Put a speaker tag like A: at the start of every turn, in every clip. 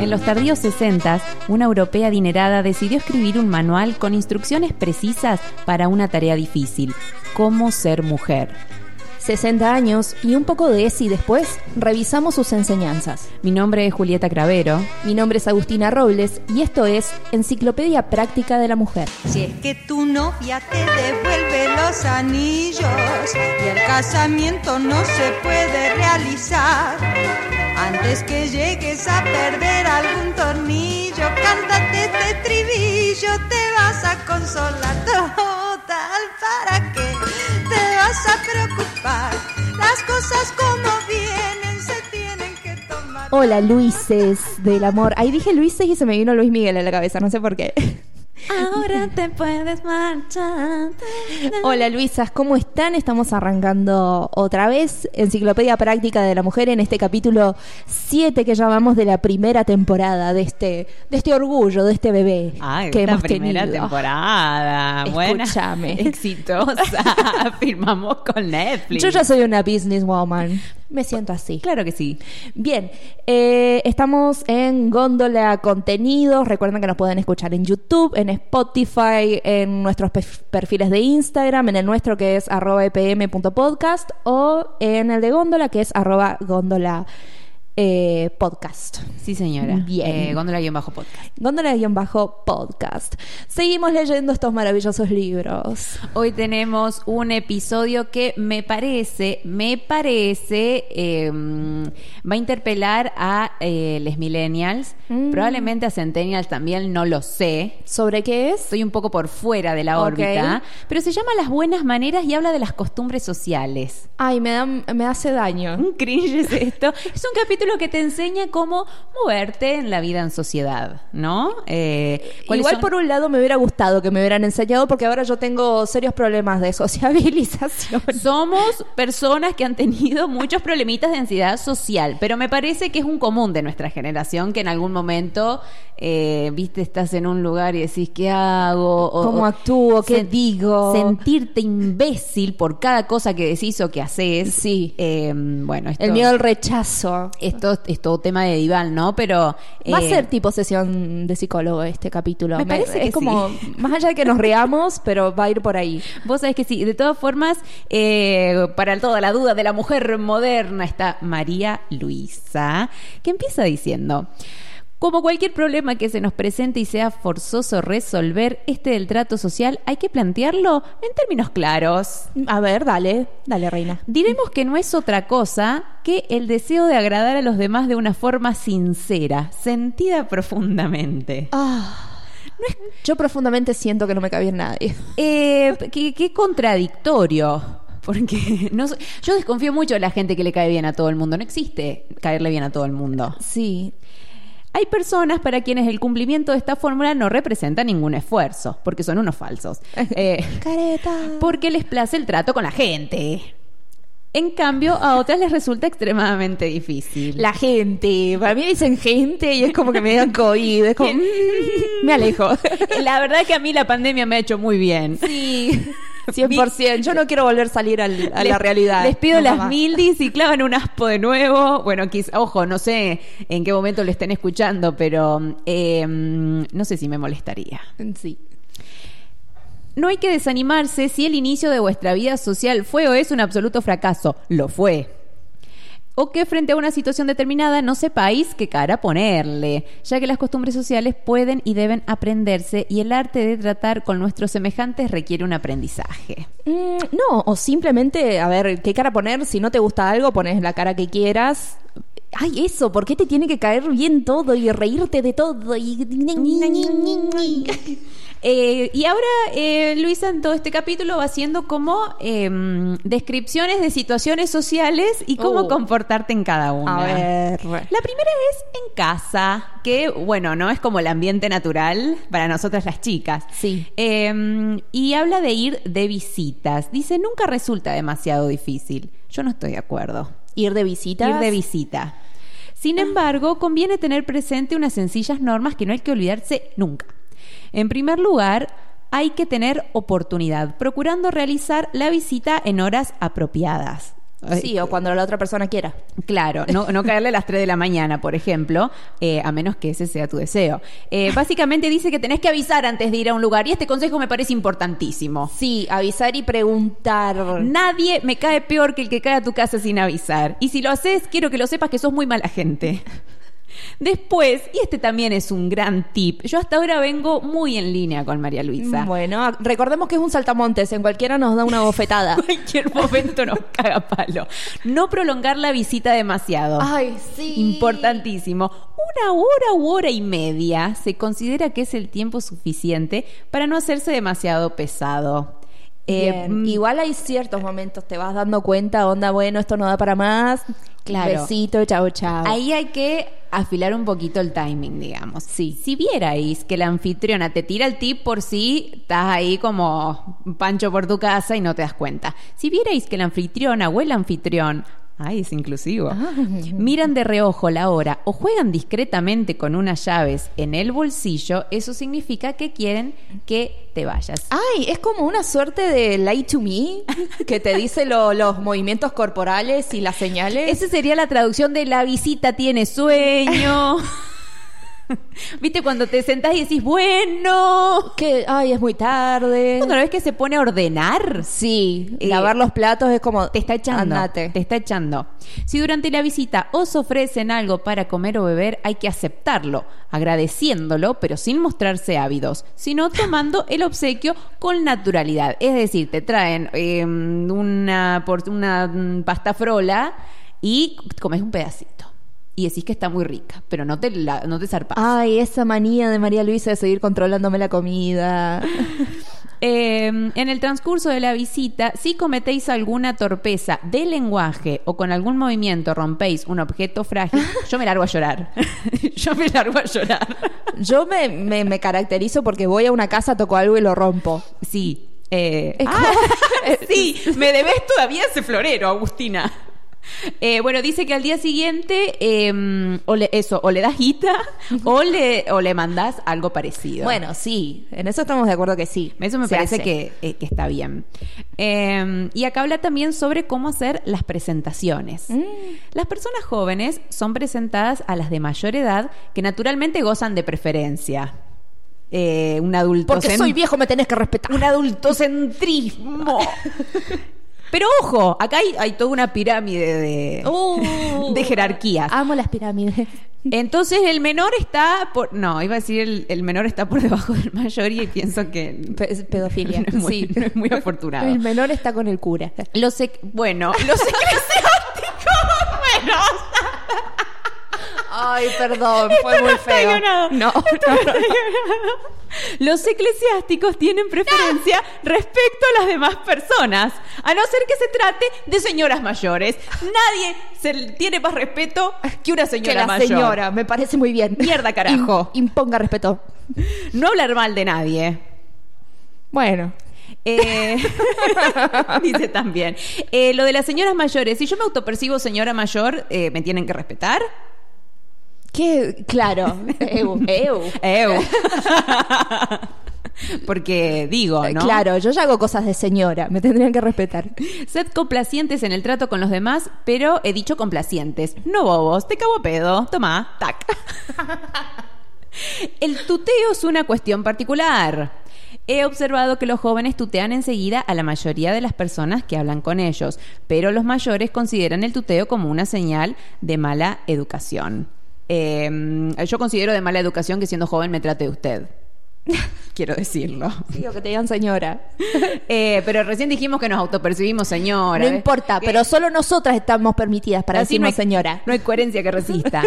A: En los tardíos 60, una europea adinerada decidió escribir un manual con instrucciones precisas para una tarea difícil, cómo ser mujer.
B: 60 años y un poco de ESI después, revisamos sus enseñanzas.
A: Mi nombre es Julieta Cravero.
B: Mi nombre es Agustina Robles y esto es Enciclopedia Práctica de la Mujer.
C: Si es que tu novia te devuelve los anillos y el casamiento no se puede realizar, antes que llegues a perder algún tornillo, cántate este estribillo, te vas a consolar total para que te vas a preocupar. Las cosas como vienen se tienen que tomar.
B: Hola Luises del amor. Ahí dije Luises y se me vino Luis Miguel a la cabeza, no sé por qué.
A: Ahora te puedes marchar.
B: Hola Luisas, ¿cómo están? Estamos arrancando otra vez Enciclopedia Práctica de la Mujer en este capítulo 7 que llamamos de la primera temporada de este, de este orgullo, de este bebé
A: Ay,
B: que
A: esta
B: hemos
A: primera
B: tenido.
A: temporada. Buena.
B: Escúchame.
A: Exitosa. Firmamos con Netflix.
B: Yo ya soy una businesswoman. Me siento así.
A: Claro que sí.
B: Bien, eh, estamos en Góndola Contenidos. Recuerden que nos pueden escuchar en YouTube, en Spotify, en nuestros pef- perfiles de Instagram, en el nuestro que es arroba epm.podcast o en el de Góndola que es arroba góndola eh, podcast.
A: Sí, señora.
B: Bien.
A: Eh, Góndola-podcast.
B: Góndola-podcast. Seguimos leyendo estos maravillosos libros.
A: Hoy tenemos un episodio que me parece, me parece, eh, va a interpelar a eh, les millennials,
B: Mm.
A: probablemente a centennials también, no lo sé.
B: ¿Sobre qué es?
A: Estoy un poco por fuera de la
B: Ok.
A: órbita, pero se llama Las buenas maneras y habla de las costumbres sociales.
B: Ay, me, da- me hace daño.
A: Un cringe es esto. Es un capítulo que te enseña cómo moverte en la vida en sociedad, ¿no? Eh, ¿cuáles
B: Igual
A: son-
B: por un lado me hubiera gustado que me hubieran enseñado porque ahora yo tengo serios problemas de sociabilización.
A: Somos personas que han tenido muchos problemitas de ansiedad social, pero me parece que es un común de nuestra generación que en algún momento, eh, viste, estás en un lugar y decís, ¿qué hago? O-
B: ¿Cómo
A: o-
B: actúo? ¿Qué
A: sen-
B: digo?
A: Sentirte imbécil por cada cosa que decís o que haces.
B: Sí.
A: Eh, bueno, esto,
B: El miedo al rechazo.
A: esto es todo tema de diván, ¿no? Pero...
B: Va a
A: eh,
B: ser tipo sesión de psicólogo este capítulo.
A: Me parece que
B: es como,
A: sí.
B: más allá de que nos reamos, pero va a ir por ahí.
A: Vos sabés que sí, de todas formas, eh, para toda la duda de la mujer moderna está María Luisa, que empieza diciendo... Como cualquier problema que se nos presente y sea forzoso resolver, este del trato social hay que plantearlo en términos claros.
B: A ver, dale, dale, reina.
A: Diremos que no es otra cosa que el deseo de agradar a los demás de una forma sincera, sentida profundamente.
B: Ah. Yo profundamente siento que no me cabía en nadie.
A: Eh, qué, qué contradictorio. Porque no, sé- yo desconfío mucho de la gente que le cae bien a todo el mundo. No existe caerle bien a todo el mundo.
B: Sí.
A: Hay personas para quienes el cumplimiento de esta fórmula no representa ningún esfuerzo, porque son unos falsos. Eh,
B: Careta.
A: porque les place el trato con la gente. En cambio, a otras les resulta extremadamente difícil.
B: La gente. Para mí dicen gente y es como que me dan COVID. Es como, mm, me alejo.
A: La verdad que a mí la pandemia me ha hecho muy bien.
B: Sí. 100%. Yo no quiero volver a salir al- a la
A: Les-
B: realidad.
A: Les pido
B: No,
A: las
B: mamá.
A: mildis y clavan un aspo de nuevo. Bueno, quiz- ojo, no sé en qué momento lo estén escuchando, pero eh, no sé si me molestaría.
B: Mm, Sí.
A: No hay que desanimarse si el inicio de vuestra vida social fue o es un absoluto fracaso. Lo fue. O que frente a una situación determinada no sepáis qué cara ponerle, ya que las costumbres sociales pueden y deben aprenderse y el arte de tratar con nuestros semejantes requiere un aprendizaje.
B: Mm, no, o simplemente, a ver, ¿qué cara poner? Si no te gusta algo, pones la cara que quieras. Ay, eso, ¿por qué te tiene que caer bien todo y reírte de todo? Y...
A: Eh, y ahora, eh, Luisa, en todo este capítulo va haciendo como eh, descripciones de situaciones sociales y cómo
B: Oh.
A: comportarte en cada una.
B: A ver.
A: La primera es en casa, que bueno, no es como el ambiente natural para nosotras las chicas.
B: Sí.
A: Eh, y habla de ir de visitas. Dice, nunca resulta demasiado difícil. Yo no estoy de acuerdo.
B: Ir de visita.
A: Ir de visita. Sin embargo, conviene tener presente unas sencillas normas que no hay que olvidarse nunca. En primer lugar, hay que tener oportunidad, procurando realizar la visita en horas apropiadas.
B: Sí, o cuando la otra persona quiera.
A: Claro, no, no caerle a las 3 de la mañana, por ejemplo, eh, a menos que ese sea tu deseo. Eh, básicamente dice que tenés que avisar antes de ir a un lugar y este consejo me parece importantísimo.
B: Sí, avisar y preguntar.
A: Nadie me cae peor que el que cae a tu casa sin avisar. Y si lo haces, quiero que lo sepas que sos muy mala gente. Después, y este también es un gran tip, yo hasta ahora vengo muy en línea con María Luisa.
B: Bueno, a- recordemos que es un saltamontes, en cualquiera nos da una bofetada.
A: cualquier momento nos caga palo. No prolongar la visita demasiado.
B: Ay, sí.
A: Importantísimo. Una hora u hora y media se considera que es el tiempo suficiente para no hacerse demasiado pesado. Eh,
B: Bien.
A: mm,
B: Igual hay ciertos momentos, te vas dando cuenta, onda, bueno, esto no da para más.
A: Claro.
B: Besito, chao, chao.
A: Ahí hay que afilar un poquito el timing, digamos. Sí. Si vierais que la anfitriona te tira el tip por sí, estás ahí como pancho por tu casa y no te das cuenta. Si vierais que la anfitriona o el anfitrión, ay, es inclusivo, miran de reojo la hora o juegan discretamente con unas llaves en el bolsillo, eso significa que quieren que te vayas.
B: Ay, es como una suerte de lie to me que te dice lo- los movimientos corporales y las señales.
A: Esa sería la traducción de la visita tiene sueño. ¿Viste cuando te sentás y decís, bueno?
B: que, ay, es muy tarde.
A: Cuando la vez que se pone a ordenar,
B: sí,
A: Eh,
B: lavar los platos es como
A: te está echando.
B: Andate.
A: Te está echando. Si durante la visita os ofrecen algo para comer o beber, hay que aceptarlo, agradeciéndolo, pero sin mostrarse ávidos, sino tomando el obsequio con naturalidad. Es decir, te traen eh, una, por- una mm, pasta frola y comes un pedacito. Y decís que está muy rica, pero no te, la- no te zarpas.
B: Ay, esa manía de María Luisa de seguir controlándome la comida.
A: Eh, en el transcurso de la visita, si cometéis alguna torpeza de lenguaje o con algún movimiento rompéis un objeto frágil, yo me largo a llorar. yo me largo a llorar.
B: Yo me, me- me caracterizo porque voy a una casa, toco algo y lo rompo.
A: Sí. eh,
B: Es
A: ah, sí, me debes todavía ese florero, Agustina. Eh, bueno, dice que al día siguiente, eh, o le, eso, o le das guita o le, o le mandás algo parecido.
B: Bueno, sí, en eso estamos de acuerdo que sí.
A: Eso me
B: Se
A: parece
B: hace.
A: que, eh, que está bien. Eh, y acá habla también sobre cómo hacer las presentaciones.
B: Mm.
A: Las personas jóvenes son presentadas a las de mayor edad que naturalmente gozan de preferencia. Eh, un adulto
B: Porque soy viejo, me tenés que respetar.
A: un adultocentrismo. Pero ojo, acá hay, hay toda una pirámide de,
B: Uh.
A: de jerarquías.
B: Amo las pirámides.
A: Entonces el menor está por. No, iba a decir el, el menor está por debajo del mayor y pienso que.
B: Pe- es pedofilia.
A: No es muy,
B: sí.
A: no es muy afortunado.
B: El menor está con el cura.
A: Los ec- bueno, los eclesiásticos menos.
B: Ay, perdón, fue
A: Esto
B: muy
A: no está
B: feo.
A: guionado.
B: No, no, no, no.
A: Los eclesiásticos tienen preferencia respecto a las demás personas, a no ser que se trate de señoras mayores. Nadie se le tiene más respeto que una
B: que
A: señora
B: la
A: mayor.
B: señora, me parece muy bien.
A: Mierda, carajo.
B: Im- imponga respeto.
A: No hablar mal de nadie.
B: Bueno.
A: Eh, dice también. eh, lo de las señoras mayores, si yo me autopercibo señora mayor, eh, ¿me tienen que respetar?
B: Qué claro. Eu, eu.
A: Eu. Porque digo, ¿no?
B: Eh, Claro, yo ya hago cosas de señora, me tendrían que respetar.
A: Sed complacientes en el trato con los demás, pero he dicho complacientes, no bobos, te cago a pedo, toma, tac. El tuteo es una cuestión particular. He observado que los jóvenes tutean enseguida a la mayoría de las personas que hablan con ellos, pero los mayores consideran el tuteo como una señal de mala educación. Eh, yo considero de mala educación que siendo joven me trate de usted. Quiero decirlo.
B: Digo que te digan señora.
A: Eh, pero recién dijimos que nos autopercibimos señora.
B: no
A: ¿ves?
B: importa,
A: Que-
B: pero solo nosotras estamos permitidas para
A: Así no
B: decirnos
A: hay-
B: señora.
A: No hay coherencia que resista.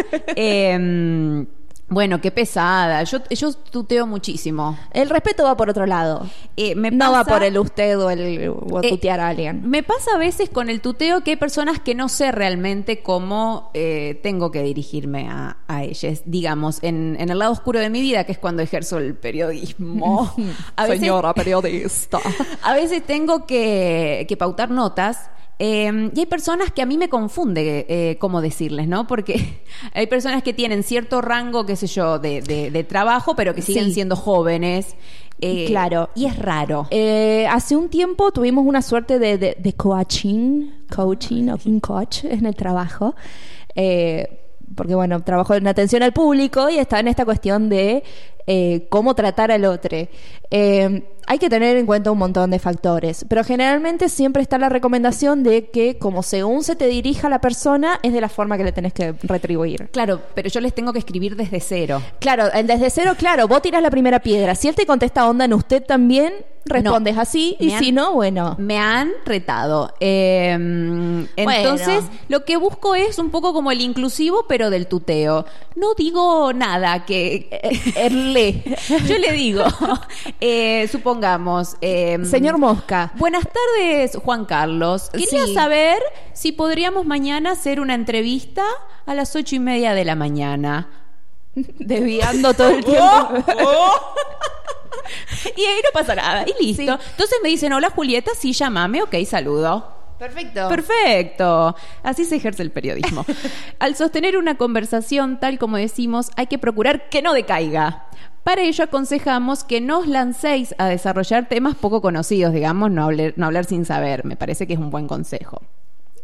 A: Eh, bueno, qué pesada. Yo, yo tuteo muchísimo.
B: El respeto va por otro lado.
A: Eh, me
B: no va
A: pasa-
B: por el usted o el o
A: Eh,
B: tutear a alguien.
A: Me pasa a veces con el tuteo que hay personas que no sé realmente cómo eh, tengo que dirigirme a, a ellas. Digamos, en, en el lado oscuro de mi vida, que es cuando ejerzo el periodismo. A veces-
B: periodista.
A: A veces tengo que, que pautar notas. eh, y hay personas que a mí me confunde eh, cómo decirles, ¿no? Porque hay personas que tienen cierto rango, qué sé yo, de, de- de trabajo, pero que siguen
B: Sí.
A: siendo jóvenes. Eh,
B: Claro.
A: Y es raro.
B: Eh, hace un tiempo tuvimos una suerte de, de- de coaching, coaching o un coach en el trabajo, eh, porque bueno, trabajo en atención al público y está en esta cuestión de eh, cómo tratar al otro. Eh, hay que tener en cuenta un montón de factores, pero generalmente siempre está la recomendación de que como según se te dirija la persona, es de la forma que le tenés que retribuir.
A: Claro, pero yo les tengo que escribir desde cero.
B: Claro, el desde cero, claro, vos tirás la primera piedra. Si él te contesta onda en usted también, respondes
A: No.
B: así. Y
A: Me han-
B: si no, bueno.
A: Me han retado. Eh, entonces, lo que busco es un poco como el inclusivo, pero del tuteo. No digo nada que... Erle. Yo le digo, eh, supongamos... eh,
B: Señor Mosca.
A: Buenas tardes, Juan Carlos. Quería
B: Sí.
A: saber si podríamos mañana hacer una entrevista a las ocho y media de la mañana.
B: Desviando todo el tiempo.
A: Y ahí no pasa nada. Y listo.
B: Sí.
A: Entonces me dicen, hola Julieta, sí, llamame, ok, saludo.
C: Oh.
B: Perfecto.
A: Perfecto. Así se ejerce el periodismo. Al sostener una conversación, tal como decimos, hay que procurar que no decaiga. Para ello aconsejamos que no os lancéis a desarrollar temas poco conocidos, digamos, no hablar, no hablar sin saber. Me parece que es un buen consejo.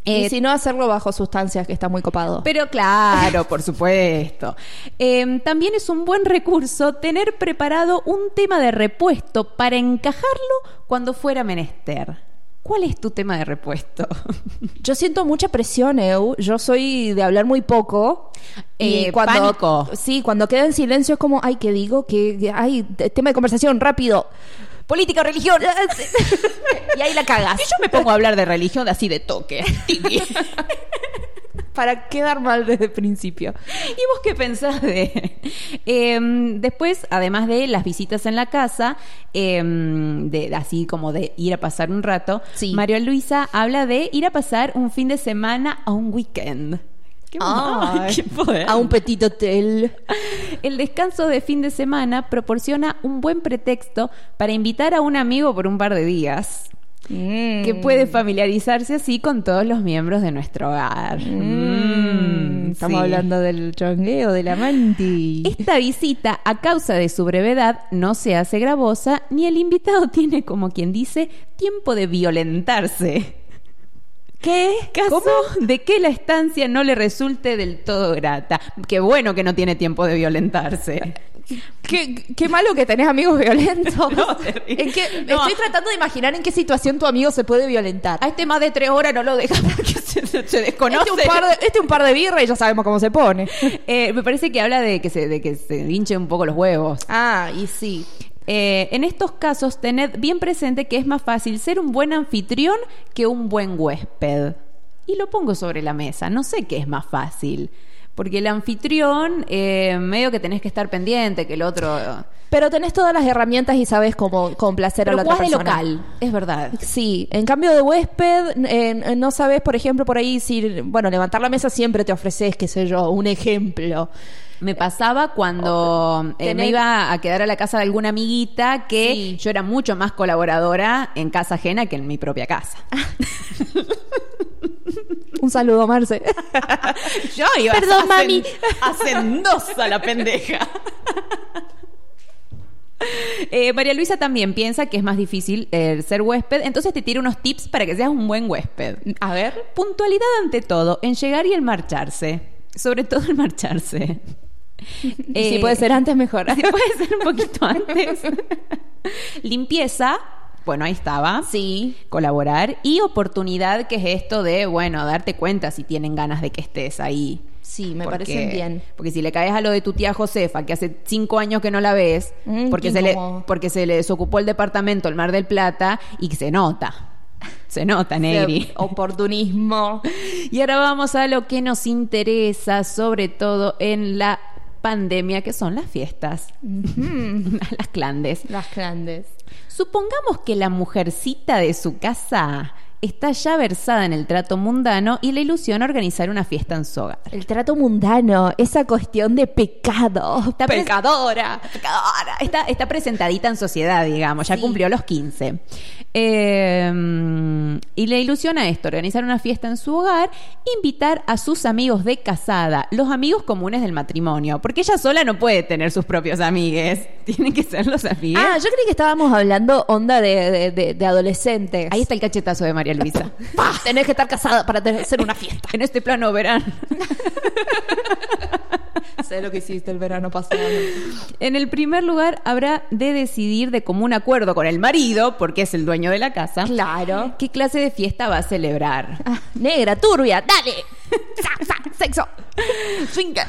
B: y
A: Eh,
B: si no, hacerlo bajo sustancias, que está muy copado.
A: pero claro, por supuesto. Eh, también es un buen recurso tener preparado un tema de repuesto para encajarlo cuando fuera menester. ¿Cuál es tu tema de repuesto?
B: Yo siento mucha presión, Eu. Yo soy de hablar muy poco.
A: Eh, pánico.
B: Sí, cuando queda en silencio es como, ay, ¿qué digo? que Ay, t- tema de conversación, rápido. Política, religión. y ahí la cagas.
A: Y yo me pongo a hablar de religión así de toque. Y vos
B: Para quedar mal desde el principio.
A: qué pensás de... Em, después, además de las visitas en la casa, em, de, así como de ir a pasar un rato,
B: Sí.
A: María Luisa habla de ir a pasar un fin de semana a un weekend. ¡Qué, mamá!
B: Ay,
A: ¡Qué poder!
B: A un petit hotel.
A: El descanso de fin de semana proporciona un buen pretexto para invitar a un amigo por un par de días.
B: Mm.
A: que puede familiarizarse así con todos los miembros de nuestro hogar. Mm,
B: Estamos
A: sí.
B: hablando del chongueo, del amante.
A: Esta visita, a causa de su brevedad, no se hace gravosa, ni el invitado tiene, como quien dice, tiempo de violentarse. ¿Qué? ¿Caso de que la estancia no le resulte del todo grata? Qué bueno que no tiene tiempo de violentarse.
B: Qué, qué malo que tenés amigos violentos.
A: No, terrible.
B: ¿En qué-
A: No.
B: Estoy tratando de imaginar en qué situación tu amigo se puede violentar.
A: A este más de tres horas no lo deja porque se, se desconoce.
B: Este un par de, este un par de birra y ya sabemos cómo se pone.
A: Eh, me parece que habla de que se, de que se hinchen un poco los huevos.
B: Ah, y sí.
A: Eh, en estos casos, tened bien presente que es más fácil ser un buen anfitrión que un buen huésped. Y lo pongo sobre la mesa, no sé qué es más fácil. Porque el anfitrión, eh, medio que tenés que estar pendiente, que el otro...
B: Pero tenés todas las herramientas y sabes cómo complacer
A: Pero
B: a la otra
A: jugás de
B: persona.
A: local, es verdad.
B: Sí, en cambio de huésped, eh, no sabes, por ejemplo, por ahí si, bueno, levantar la mesa siempre te ofreces, qué sé yo, un ejemplo.
A: Me pasaba cuando eh, me
B: Tenés-
A: iba a quedar a la casa de alguna amiguita que
B: Sí.
A: yo era mucho más colaboradora en casa ajena que en mi propia casa.
B: Un saludo, Marce.
A: Yo iba
B: Perdón,
A: hacen-
B: mami.
A: Hacendosa la pendeja. Eh, María Luisa también piensa que es más difícil eh, ser huésped, entonces te tira unos tips para que seas un buen huésped.
B: A ver.
A: Puntualidad ante todo, en llegar y el marcharse. Sobre todo el marcharse.
B: Y
A: Eh,
B: si puede ser antes, mejor.
A: si puede ser un poquito antes. Limpieza, bueno, ahí estaba.
B: Sí.
A: Colaborar. Y oportunidad, que es esto de, bueno, darte cuenta si tienen ganas de que estés ahí.
B: Sí, me
A: Porque-
B: parecen bien.
A: Porque si le caes a lo de tu tía Josefa, que hace cinco años que no la ves,
B: Mm,
A: porque,
B: qué
A: se le,
B: incómodo.
A: porque se le desocupó el departamento, el Mar del Plata, y que se nota. Se nota, Negri.
B: Oportunismo.
A: Y ahora vamos a lo que nos interesa, sobre todo en la pandemia, que son las fiestas, las clandes.
B: Las grandes.
A: Supongamos que la mujercita de su casa está ya versada en el trato mundano y le ilusiona organizar una fiesta en su hogar.
B: El trato mundano, esa cuestión de pecado.
A: Está pres-
B: pecadora.
A: Ahora, Está, está presentadita en sociedad, digamos, ya
B: Sí.
A: cumplió los 15. Eh, y le ilusiona esto, organizar una fiesta en su hogar, invitar a sus amigos de casada, los amigos comunes del matrimonio, porque ella sola no puede tener sus propios amigues, tienen que ser los amigos.
B: Ah, yo creí que estábamos hablando onda de, de, de- de adolescentes.
A: Ahí está el cachetazo de María Luisa.
B: ¡Pah! Tenés que estar casada para tener- hacer una fiesta.
A: en este plano verán.
B: sé lo que hiciste el verano pasado.
A: En el primer lugar, habrá de decidir de común acuerdo con el marido, porque es el dueño de la casa,
B: Claro.
A: qué clase de fiesta va a celebrar.
B: Ah, negra, turbia, dale. Sa, sa, sexo. Swinger.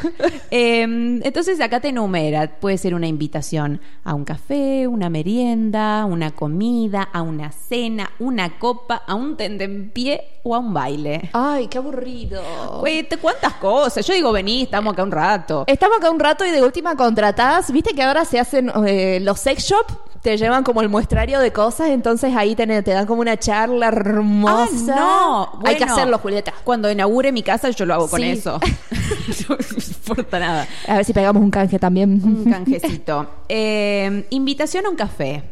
A: Eh, entonces acá te enumera, puede ser una invitación a un café, una merienda, una comida, a una cena, una copa, a un tendempié o a un baile.
B: Ay, qué aburrido.
A: Güey, te- ¿cuántas cosas? Yo digo, vení, estamos acá un rato.
B: Estamos acá un rato y de última contratadas. Viste que ahora se hacen eh, los sex shop, te llevan como el muestrario de cosas, entonces ahí te, te dan como una charla
A: Ah,
B: hermosa.
A: no.
B: Hay que
A: Bueno,
B: hacerlo, Julieta.
A: Cuando inaugure mi casa, yo lo hago con
B: Sí.
A: eso. no importa nada.
B: A ver si pegamos un canje también.
A: Un canjecito. Eh, invitación a un café.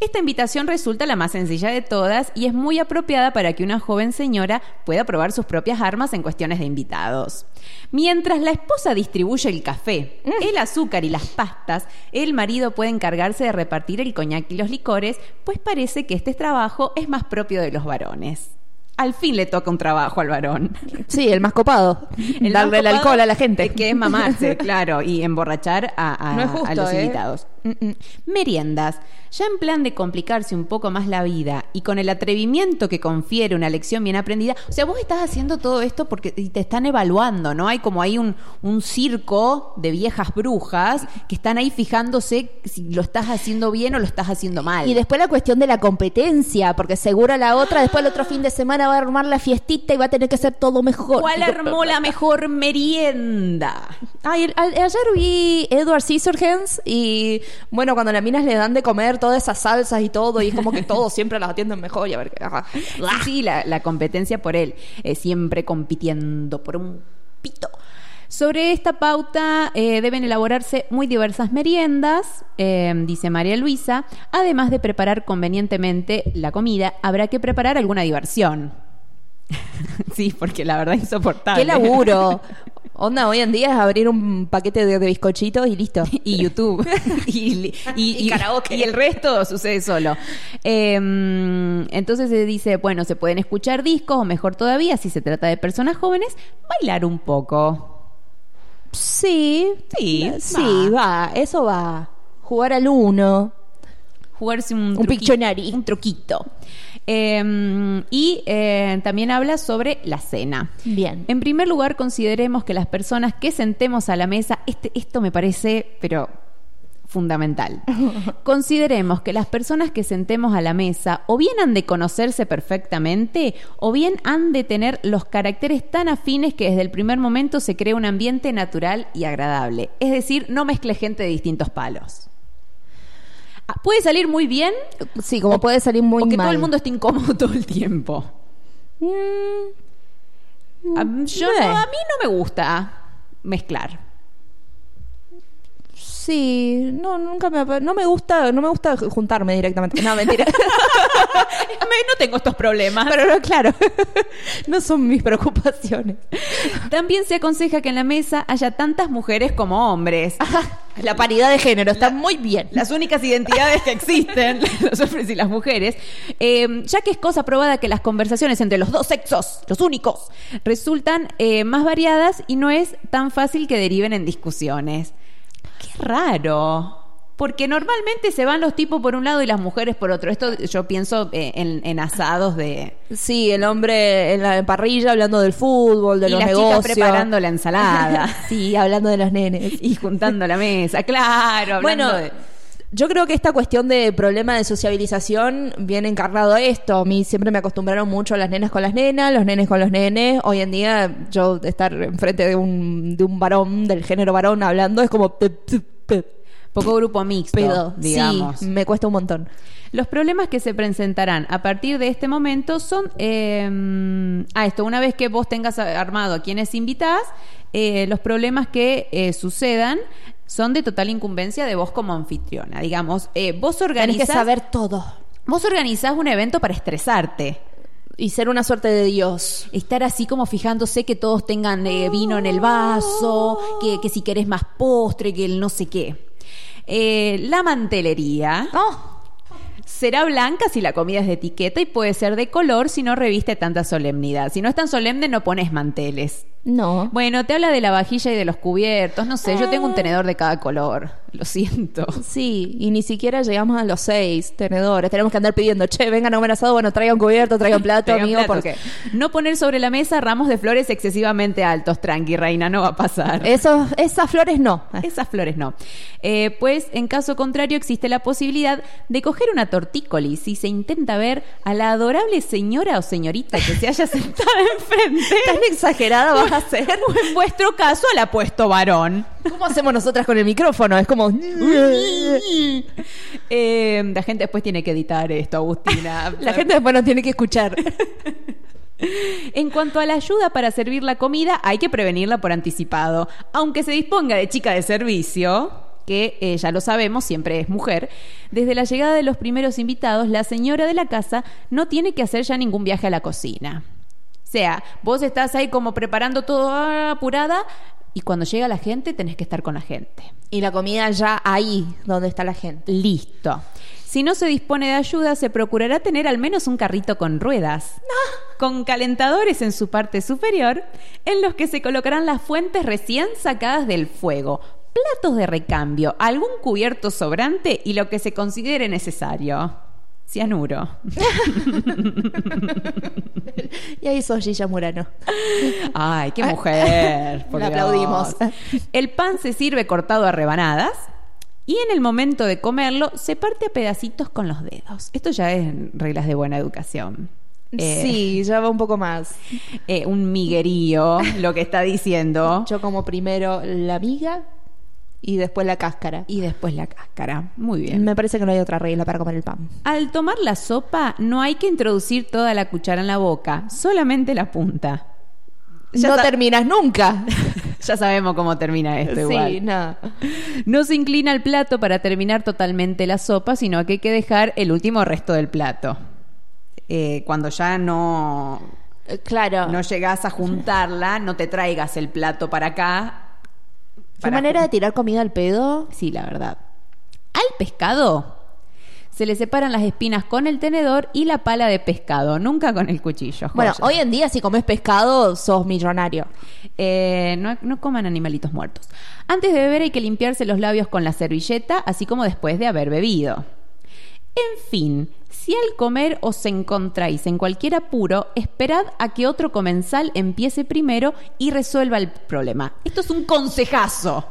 A: Esta invitación resulta la más sencilla de todas y es muy apropiada para que una joven señora pueda probar sus propias armas en cuestiones de invitados. Mientras la esposa distribuye el café, el azúcar y las pastas, el marido puede encargarse de repartir el coñac y los licores, pues parece que este trabajo es más propio de los varones. Al fin le toca un trabajo al varón.
B: Sí, el más copado.
A: El
B: Darle el
A: más copado
B: alcohol a la gente.
A: es Que es mamarse, claro, y emborrachar a, a-
B: No es justo,
A: a los
B: ¿eh?
A: invitados. Mm, Meriendas. Ya en plan de complicarse un poco más la vida y con el atrevimiento que confiere una lección bien aprendida. O sea, vos estás haciendo todo esto porque y te están evaluando, ¿no? Hay como ahí un, un circo de viejas brujas que están ahí fijándose si lo estás haciendo bien o lo estás haciendo mal.
B: Y después la cuestión de la competencia, porque seguro la otra, después el otro fin de semana va a armar la fiestita y va a tener que hacer todo mejor.
A: ¿Cuál armó la mejor merienda?
B: Ay, el- a- ayer vi Edward Scissorhands y bueno, cuando las minas le dan de comer todas esas salsas y todo, y es como que todos siempre las atienden mejor y a ver qué. ajá.
A: Sí, sí, la, la competencia por él, eh, siempre compitiendo por un pito. Sobre esta pauta eh, deben elaborarse muy diversas meriendas, eh, dice María Luisa. Además de preparar convenientemente la comida, habrá que preparar alguna diversión. sí, porque la verdad es insoportable.
B: Qué laburo. Onda, hoy en día es abrir un paquete de, de bizcochitos y listo.
A: y YouTube y,
B: Y karaoke.
A: y el resto sucede solo. Eh, entonces se dice, bueno, se pueden escuchar discos o mejor todavía, si se trata de personas jóvenes, bailar un poco.
B: Sí,
A: Sí,
B: sí,
A: Ah.
B: va, eso va. Jugar al uno.
A: Jugarse un,
B: Un
A: truqui-
B: Pictionary.
A: Un truquito. Eh, y eh, también habla sobre la cena.
B: Bien.
A: En primer lugar, consideremos que las personas que sentemos a la mesa, este, esto me parece, pero fundamental. Consideremos que las personas que sentemos a la mesa o bien han de conocerse perfectamente o bien han de tener los caracteres tan afines que desde el primer momento se crea un ambiente natural y agradable. Es decir, no mezcle gente de distintos palos. Ah, Puede salir muy bien
B: Sí, como puede salir muy
A: o que
B: mal.
A: todo el mundo esté incómodo todo el tiempo.
B: Mm.
A: A, Ah, yo
B: eh.
A: no- a mí no me gusta mezclar.
B: Sí, no, nunca me apa- no me gusta, no me gusta juntarme directamente. No, mentira.
A: A mí no tengo estos problemas.
B: Pero no, claro. No son mis preocupaciones.
A: También se aconseja que en la mesa haya tantas mujeres como hombres.
B: La paridad de género está muy bien.
A: Las únicas identidades que existen, los hombres y las mujeres, eh, ya que es cosa probada que las conversaciones entre los dos sexos, los únicos, resultan eh, más variadas y no es tan fácil que deriven en discusiones. Qué raro. Porque normalmente se van los tipos por un lado y las mujeres por otro. Esto yo pienso eh, en, en asados de...
B: Sí, el hombre en la parrilla hablando del fútbol, de
A: y
B: los
A: las
B: negocios.
A: chicas preparando la ensalada.
B: sí, hablando de los nenes.
A: y juntando la mesa, claro. hablando
B: Bueno,
A: de-
B: yo creo que esta cuestión de problema de sociabilización viene encarnado a esto. A mí siempre me acostumbraron mucho las nenas con las nenas, los nenes con los nenes. Hoy en día yo estar enfrente de un, de un varón, del género varón, hablando es como... pe- pe- pe-
A: Poco grupo mixto,
B: Pero
A: digamos.
B: sí, Mm. me cuesta un montón.
A: Los problemas que se presentarán a partir de este momento son eh, ah, esto, una vez que vos tengas a- armado a quienes invitás, eh, los problemas que eh, sucedan son de total incumbencia de vos como anfitriona. Digamos, eh, vos
B: Tenés que
A: organizás,
B: saber todo
A: vos organizás un evento para estresarte.
B: y ser una suerte de Dios.
A: Estar así como fijándose que todos tengan eh, vino en el vaso, que, que si querés más postre, que el no sé qué. Eh, la mantelería.
B: Oh,
A: Será blanca si la comida es de etiqueta y puede ser de color si no reviste tanta solemnidad. Si no es tan solemne, no pones manteles.
B: no.
A: Bueno, te habla de la vajilla y de los cubiertos. No sé, yo tengo un tenedor de cada color. Lo siento.
B: Sí, y ni siquiera llegamos a los seis tenedores. Tenemos que andar pidiendo, che, vengan a comer asado, bueno, traigan cubierto, traigan plato,
A: Traigan
B: amigo,
A: platos.
B: porque
A: No poner sobre la mesa ramos de flores excesivamente altos, tranqui, reina, no va a pasar.
B: esos, esas flores no.
A: Esas flores no. Eh, pues en caso contrario existe la posibilidad de coger una tortícoli si se intenta ver a la adorable señora o señorita que se haya sentado enfrente.
B: Tan exagerada vas a ser.
A: O en vuestro caso, el apuesto varón.
B: ¿Cómo hacemos nosotras con el micrófono? Es como...
A: Eh, la gente después tiene que editar esto, Agustina.
B: La gente después nos tiene que escuchar.
A: En cuanto a la ayuda para servir la comida, hay que prevenirla por anticipado. Aunque se disponga de chica de servicio, que eh, ya lo sabemos, siempre es mujer, desde la llegada de los primeros invitados, la señora de la casa no tiene que hacer ya ningún viaje a la cocina. O sea, vos estás ahí como preparando todo ah, apurada y cuando llega la gente tenés que estar con la gente.
B: Y la comida ya ahí, donde está la gente.
A: Listo. Si no se dispone de ayuda, se procurará tener al menos un carrito con ruedas, con calentadores en su parte superior, en los que se colocarán las fuentes recién sacadas del fuego, platos de recambio, algún cubierto sobrante y lo que se considere necesario. Cianuro.
B: Y ahí sos Gilla Murano.
A: Ay, qué mujer. por
B: La
A: Dios.
B: Ah, aplaudimos.
A: El pan se sirve cortado a rebanadas y en el momento de comerlo se parte a pedacitos con los dedos. Esto ya es reglas de buena educación. Eh,
B: Sí, ya va un poco más.
A: eh, un miguerío, lo que está diciendo.
B: Yo como primero la miga y después la cáscara.
A: Y después la cáscara. Muy
B: Y
A: bien.
B: me parece que no hay otra regla para comer el pan.
A: Al tomar la sopa, no hay que introducir toda la cuchara en la boca, solamente la punta. Ya
B: no
A: sa-
B: terminas nunca. Este
A: Ya sabemos cómo termina esto igual.
B: Sí, no.
A: No se inclina el plato para terminar totalmente la sopa, sino que hay que dejar el último resto del plato. Eh, cuando ya no,
B: Eh, Claro.
A: no llegas a juntarla, no te traigas el plato para acá.
B: Qué
A: Para
B: manera de tirar comida al pedo.
A: Sí, la verdad. Al pescado se le separan las espinas con el tenedor y la pala de pescado, nunca con el cuchillo.
B: Bueno,
A: joya.
B: hoy en día si comes pescado sos millonario.
A: Eh, no, no coman animalitos muertos. Antes de beber hay que limpiarse los labios con la servilleta, así como después de haber bebido. En fin, si al comer os encontráis en cualquier apuro, esperad a que otro comensal empiece primero y resuelva el problema. Esto es un consejazo.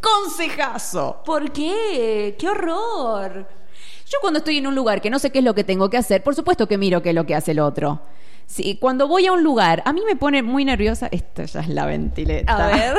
A: Consejazo.
B: ¿Por qué? ¡Qué horror!
A: Yo cuando estoy en un lugar que no sé qué es lo que tengo que hacer, por supuesto que miro qué es lo que hace el otro. Sí, cuando voy a un lugar, a mí me pone muy nerviosa. Esta ya es la ventileta.
B: A ver.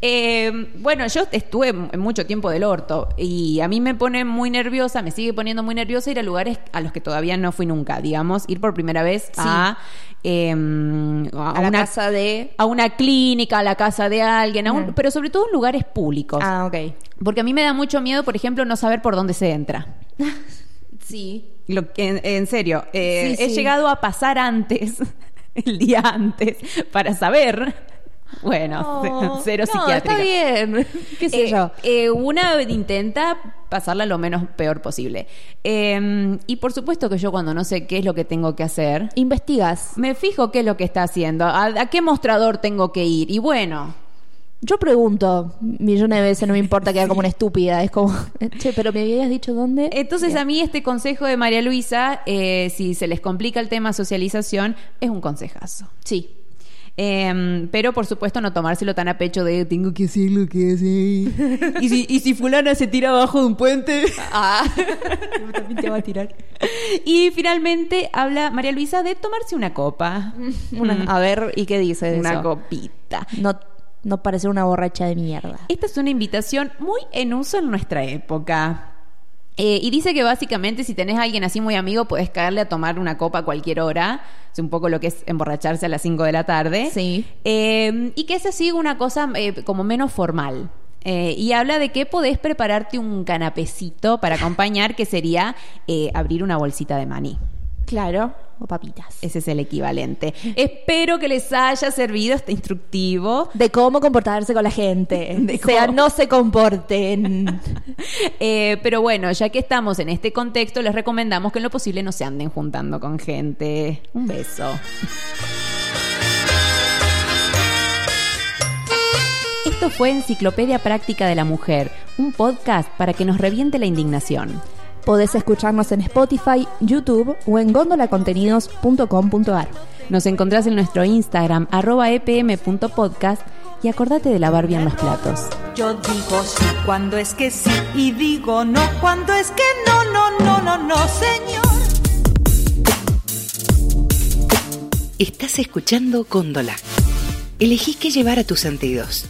A: Eh, bueno, yo estuve m- mucho tiempo del orto y a mí me pone muy nerviosa, me sigue poniendo muy nerviosa ir a lugares a los que todavía no fui nunca, digamos, ir por primera vez a, eh, a
B: A la
A: una,
B: casa de...
A: a una clínica, a la casa de alguien, a un-
B: Mm.
A: pero sobre todo en lugares públicos.
B: Ah, ok.
A: Porque a mí me da mucho miedo, por ejemplo, no saber por dónde se entra.
B: Sí.
A: Lo que- en, en serio, eh,
B: Sí,
A: he
B: sí.
A: llegado a pasar antes, el día antes, para saber. Bueno,
B: No,
A: cero
B: no,
A: psiquiátrica.
B: Está bien. ¿Qué sé
A: Eh,
B: yo?
A: eh, una intenta pasarla lo menos peor posible. Eh, y por supuesto que yo cuando no sé qué es lo que tengo que hacer,
B: Investigas.
A: me fijo qué es lo que está haciendo, a, a qué mostrador tengo que ir. Y bueno,
B: Yo pregunto millones de veces, no me importa quedar como una estúpida. Es como, che, pero me habías dicho dónde.
A: entonces a mí este consejo de María Luisa, eh, si se les complica el tema socialización, es un consejazo.
B: sí.
A: Em, pero por supuesto no tomárselo tan a pecho de tengo que hacer lo que hace. ¿Y si, y si fulana se tira abajo de un puente.
B: Ah. También te va a tirar.
A: Y finalmente habla María Luisa de tomarse una copa.
B: a ver, ¿y qué dice de
A: Una
B: eso?
A: copita.
B: No, no parecer una borracha de mierda.
A: Esta es una invitación muy en uso en nuestra época. Eh, y dice que básicamente si tenés a alguien así muy amigo, puedes caerle a tomar una copa a cualquier hora. Es un poco lo que es emborracharse a las 5 de la tarde.
B: Sí.
A: Eh, y que es así una cosa eh, como menos formal. Eh, y habla de que podés prepararte un canapecito para acompañar, que sería eh, abrir una bolsita de maní.
B: Claro, o papitas.
A: Ese es el equivalente. Espero que les haya servido este instructivo.
B: De cómo comportarse con la gente.
A: De
B: o sea,
A: cómo-
B: no se comporten.
A: Eh, pero bueno, ya que estamos en este contexto, les recomendamos que en lo posible no se anden juntando con gente. Un beso. Esto fue Enciclopedia Práctica de la Mujer, un podcast para que nos reviente la indignación.
B: Podés escucharnos en Spotify, YouTube o en gondolacontenidos.com.ar.
A: Nos encontrás en nuestro Instagram, arroba e epm.podcast, y acordate de lavar bien los platos.
C: Yo digo sí cuando es que sí y digo no cuando es que no, no, no, no, no, señor.
D: Estás escuchando Cóndola. Elegí qué llevar a tus sentidos.